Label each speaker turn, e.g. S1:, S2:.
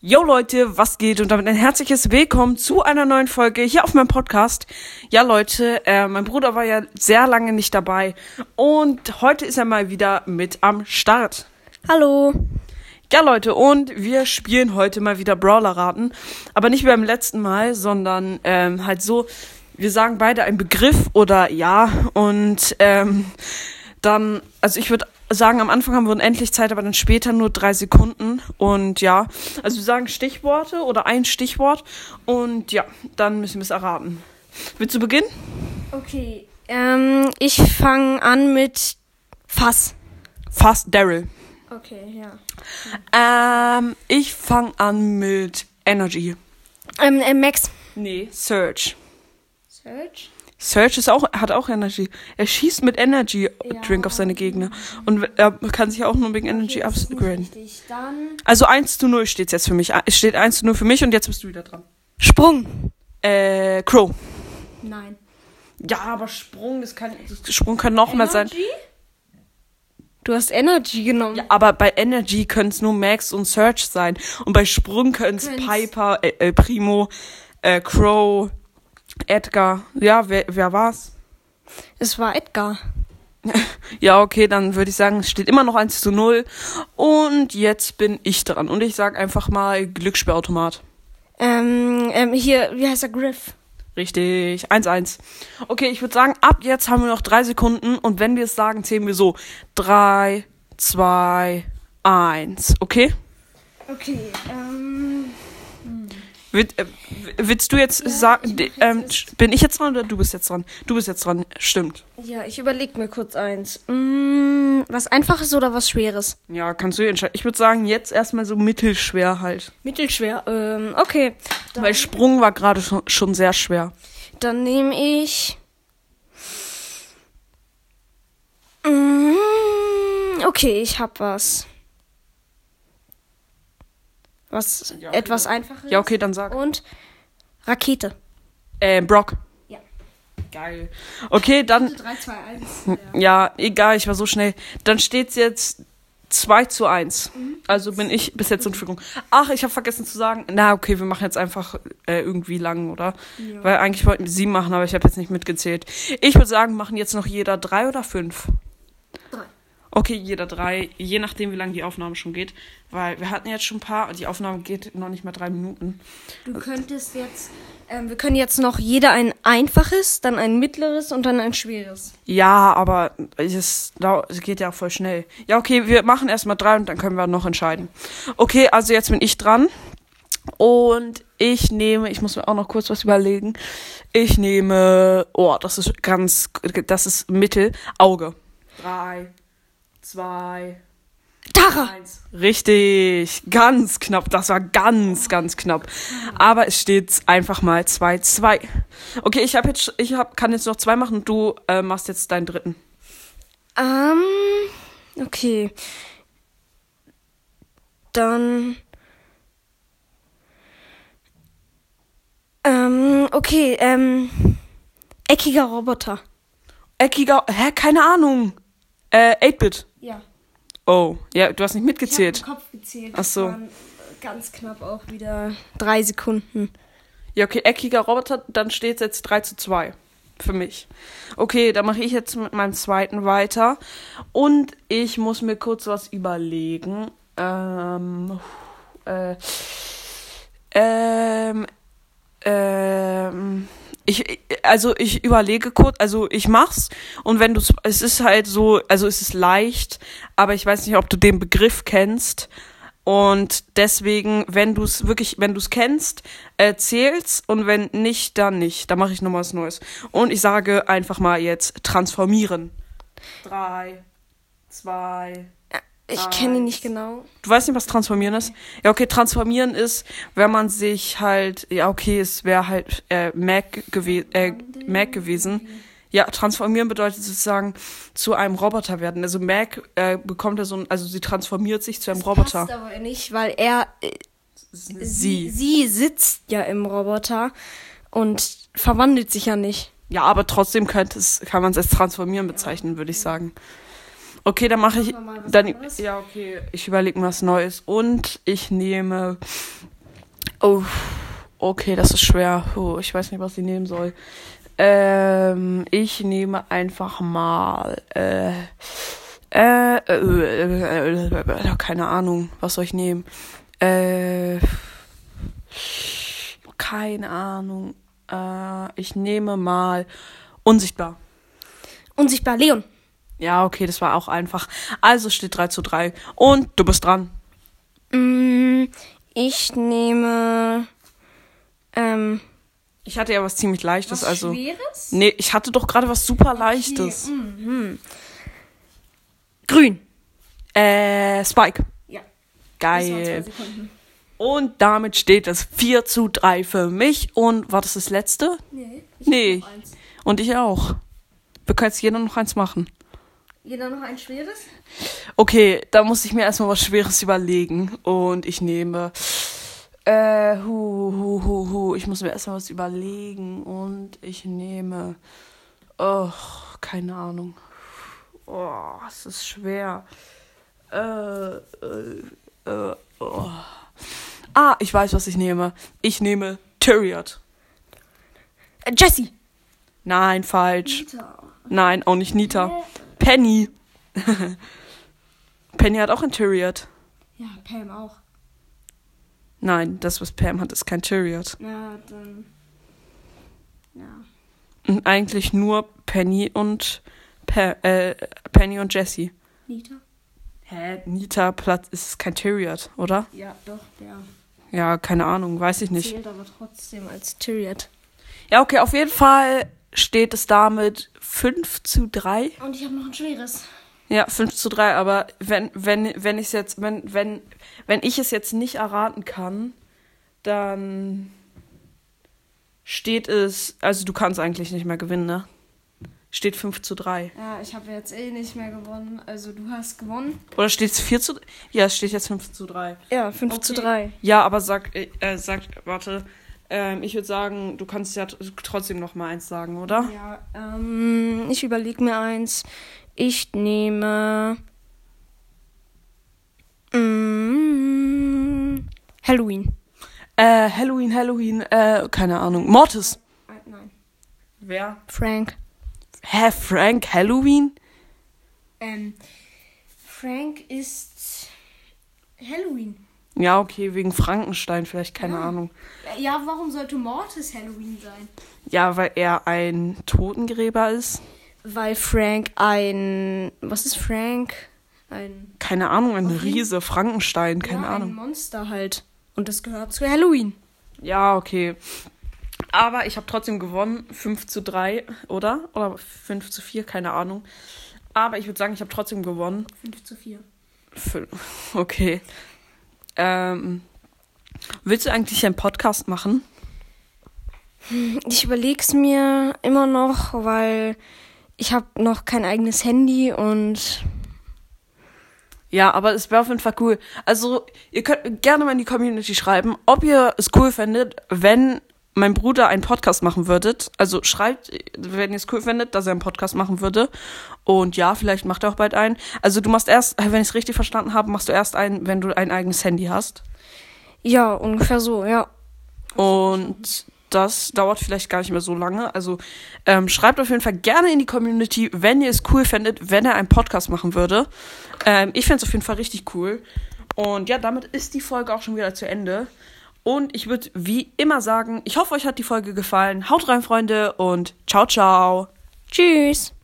S1: Yo Leute, was geht? Und damit ein herzliches Willkommen zu einer neuen Folge hier auf meinem Podcast. Ja Leute, äh, mein Bruder war ja sehr lange nicht dabei und heute ist er mal wieder mit am Start.
S2: Hallo.
S1: Ja Leute, und wir spielen heute mal wieder Brawler-Raten, aber nicht wie beim letzten Mal, sondern ähm, halt so, wir sagen beide einen Begriff oder ja und ähm, dann, also ich würde sagen, am Anfang haben wir unendlich Zeit, aber dann später nur drei Sekunden. Und ja, also wir sagen Stichworte oder ein Stichwort. Und ja, dann müssen wir es erraten. Willst du beginnen?
S2: Okay. Ähm, ich fange an mit Fass.
S1: Fast Daryl.
S2: Okay, ja.
S1: Ähm, ich fange an mit Energy.
S2: Ähm, äh, Max.
S1: Nee. Surge.
S2: Search.
S1: Surge ist auch, hat auch Energy. Er schießt mit Energy Drink auf seine Gegner. Und er kann sich auch nur wegen Energy upgraden.
S2: Richtig, dann.
S1: Also 1 zu 0 steht jetzt für mich. Ah, Es steht 1 zu 0 für mich und jetzt bist du wieder dran.
S2: Sprung.
S1: Äh, Crow.
S2: Nein.
S1: Ja, aber Sprung, das kann. Sprung kann noch mehr sein.
S2: Du hast Energy genommen.
S1: Ja, aber bei Energy können es nur Max und Search sein. Und bei Sprung können es
S2: Können's.
S1: Piper, äh, äh, Primo, äh, Crow, Edgar. Ja, wer, wer war's?
S2: Es war Edgar.
S1: Ja, okay, dann würde ich sagen, es steht immer noch 1 zu 0. Und jetzt bin ich dran. Und ich sag einfach mal Glücksspielautomat.
S2: Ähm, ähm, hier, wie heißt er? Griff.
S1: Richtig, 1-1. Okay, ich würde sagen, ab jetzt haben wir noch drei Sekunden und wenn wir es sagen, zählen wir so. 3, 2, 1. Okay?
S2: Okay, ähm.
S1: Will, äh, willst du jetzt sagen, d- ähm, sch- bin ich jetzt dran oder du bist jetzt dran? Du bist jetzt dran, stimmt.
S2: Ja, ich überleg mir kurz eins. Mm, was Einfaches oder was Schweres?
S1: Ja, kannst du entscheiden. Ich würde sagen, jetzt erstmal so mittelschwer halt.
S2: Mittelschwer. Ähm, okay. Dann,
S1: Weil Sprung war gerade schon, schon sehr schwer.
S2: dann nehme ich. Mm, okay, ich hab was. Was
S1: Ja, okay.
S2: etwas einfaches.
S1: Ja, okay, dann sag.
S2: Und Rakete.
S1: Äh, Brock.
S2: Ja.
S1: Geil. Okay, dann
S2: 3, 2, 1.
S1: Ja, egal, ich war so schnell. Dann steht's jetzt 2 zu 1.
S2: Mhm.
S1: Also bin ich bis jetzt in Führung. Ach, ich habe vergessen zu sagen. Na, okay, wir machen jetzt einfach äh, irgendwie lang, oder? Weil eigentlich wollten wir sieben machen, aber ich habe jetzt nicht mitgezählt. Ich würde sagen, machen jetzt noch jeder drei oder fünf?
S2: Drei.
S1: Okay, jeder drei, je nachdem, wie lange die Aufnahme schon geht. Weil wir hatten jetzt schon ein paar und die Aufnahme geht noch nicht mal drei Minuten.
S2: Du könntest jetzt. Ähm, wir können jetzt noch jeder ein einfaches, dann ein mittleres und dann ein schweres.
S1: Ja, aber es, dau- es geht ja voll schnell. Ja, okay, wir machen erstmal drei und dann können wir noch entscheiden. Okay, also jetzt bin ich dran. Und ich nehme, ich muss mir auch noch kurz was überlegen. Ich nehme, oh, das ist ganz, das ist Mittel, Auge. Drei, zwei,
S2: Tara!
S1: Richtig, ganz knapp. Das war ganz, ganz knapp. Aber es steht einfach mal 2-2. Okay, ich habe jetzt, ich hab, kann jetzt noch zwei machen und du äh, machst jetzt deinen dritten.
S2: Ähm, okay. Dann. Ähm, okay, ähm. Eckiger Roboter.
S1: Eckiger, hä, keine Ahnung. Äh, 8-Bit.
S2: Ja.
S1: Oh, ja, du hast nicht mitgezählt.
S2: Kopf gezählt.
S1: Ach so.
S2: Waren, äh, Ganz knapp auch wieder drei Sekunden.
S1: Ja, okay, eckiger Roboter, dann steht es jetzt 3 zu 2 für mich. Okay, dann mache ich jetzt mit meinem zweiten weiter. Und ich muss mir kurz was überlegen. Ähm, äh, ähm, ähm, ich, also ich überlege kurz, also ich mach's und wenn du es ist halt so, also es ist leicht, aber ich weiß nicht, ob du den Begriff kennst und deswegen, wenn du es wirklich, wenn du es kennst, äh, zählst und wenn nicht, dann nicht. Da mache ich nochmal was Neues und ich sage einfach mal jetzt transformieren. Drei, zwei,
S2: Äh, Ich kenne ihn nicht
S1: Ah,
S2: genau.
S1: Du weißt nicht, was transformieren ist? Ja, okay, transformieren ist, wenn man sich halt, ja, okay, es wäre halt äh, Mac, gewe äh, Mac gewesen. Ja, transformieren bedeutet sozusagen zu einem Roboter werden. Also Mac äh, bekommt ja so ein, also sie transformiert sich zu einem Roboter.
S2: Passt aber nicht, weil er äh, sie.
S1: Sie.
S2: sie sitzt ja im Roboter und verwandelt sich ja nicht.
S1: Ja, aber trotzdem könnte es, kann man es als transformieren bezeichnen, würde ich sagen. Okay, dann mache ich,
S2: Machen wir mal was
S1: dann,
S2: anderes.
S1: ja, okay, ich überlege mir was Neues und ich nehme Oh, okay, das ist schwer. Oh, ich weiß nicht, was ich nehmen soll. Ähm, ich nehme einfach mal. Äh, äh, äh, äh, äh, äh, äh, keine Ahnung, was soll ich nehmen? Äh, keine Ahnung. Äh, ich nehme mal unsichtbar.
S2: Unsichtbar, Leon.
S1: Ja, okay, das war auch einfach. Also steht 3 zu 3. Und du bist dran.
S2: Mm, Ich nehme. Ähm,
S1: Ich hatte ja was ziemlich Leichtes, also.
S2: Schweres?
S1: Nee, ich hatte doch gerade was super Leichtes.
S2: Grün.
S1: Äh, Spike.
S2: Ja. Das waren zwei
S1: Geil.
S2: Sekunden.
S1: Und damit steht es 4 zu 3 für mich. Und war das das letzte?
S2: Nee. ich
S1: Nee.
S2: hab noch eins.
S1: Und ich auch. Wir können jetzt jeder noch eins machen.
S2: Jeder noch ein schweres?
S1: Okay, da muss ich mir erstmal was Schweres überlegen. Und ich nehme. Äh, hu, hu, hu, hu. Ich muss mir erstmal was überlegen. Und ich nehme. Oh, keine Ahnung. Oh, es ist schwer. Äh, äh, äh, oh. Ah, ich weiß, was ich nehme. Ich nehme Tyriot.
S2: Äh, Jesse.
S1: Nein, falsch. Nein, auch nicht Nita. Penny. Penny hat auch ein Tyriot.
S2: Ja, Pam auch.
S1: Nein, das, was Pam hat, ist kein Tyriot.
S2: Na, dann. Ja.
S1: Und eigentlich nur Penny und Pe äh, Penny und Jessie.
S2: Nita?
S1: Hä? Nita Platz ist kein Tyriot, oder?
S2: Ja, doch, der
S1: Ja, keine Ahnung, weiß ich nicht.
S2: zählt aber trotzdem als Tyriot.
S1: Ja, okay, auf jeden Fall steht es damit 5 zu 3.
S2: Und ich habe noch ein schweres.
S1: Ja, 5 zu 3, aber wenn, wenn, wenn ich es jetzt, wenn, wenn, wenn ich es jetzt nicht erraten kann, dann steht es, also du kannst eigentlich nicht mehr gewinnen, ne? Steht 5 zu 3.
S2: Ja, ich habe jetzt eh nicht mehr gewonnen. Also du hast gewonnen.
S1: Oder steht es 4 zu Ja, es steht jetzt 5 zu 3.
S2: Ja, 5
S1: zu drei. Ja, aber sag, äh, äh, sag, warte, ähm, ich würde sagen, du kannst ja tr- trotzdem noch mal eins sagen, oder?
S2: Ja, ähm, ich überlege mir eins. Ich nehme. Mm, Halloween.
S1: Äh, Halloween, Halloween, äh, keine Ahnung. Mortis.
S2: Äh, Nein.
S1: Wer?
S2: Frank.
S1: Hä, Frank, Halloween?
S2: Ähm, Frank ist Halloween.
S1: Ja, okay, wegen Frankenstein vielleicht, keine Ahnung.
S2: Äh, Ja, warum sollte Mortis Halloween sein?
S1: Ja, weil er ein Totengräber ist.
S2: Weil Frank ein. Was ist Frank? Ein.
S1: Keine Ahnung, ein Riese, Frankenstein, keine
S2: ja, Ein
S1: Ahnung.
S2: Monster halt. Und das gehört zu Halloween.
S1: Ja, okay. Aber ich habe trotzdem gewonnen. 5 zu 3, oder? Oder 5 zu 4, keine Ahnung. Aber ich würde sagen, ich habe trotzdem gewonnen.
S2: 5 zu 4.
S1: Fün- Okay. Ähm, willst du eigentlich einen Podcast machen?
S2: Ich überleg's mir immer noch, weil ich habe noch kein eigenes Handy und
S1: Ja, aber es wäre auf jeden Fall cool. Also, ihr könnt gerne mal in die Community schreiben, ob ihr es cool fändet, wenn mein Bruder einen Podcast machen würdet. Also schreibt, wenn ihr es cool fändet, dass er einen Podcast machen würde. Und ja, vielleicht macht er auch bald einen. Also du machst erst, wenn ich es richtig verstanden habe, machst du erst einen, wenn du ein eigenes Handy hast.
S2: ja, ungefähr so, ja.
S1: Und das dauert vielleicht gar nicht mehr so lange. Also ähm, schreibt auf jeden Fall gerne in die Community, wenn ihr es cool fändet, wenn er einen Podcast machen würde. Ähm, ich fände es auf jeden Fall richtig cool. Und ja, damit ist die Folge auch schon wieder zu Ende. Und ich würde wie immer sagen, ich hoffe, euch hat die Folge gefallen. Haut rein, Freunde, und ciao, ciao.
S2: Tschüss.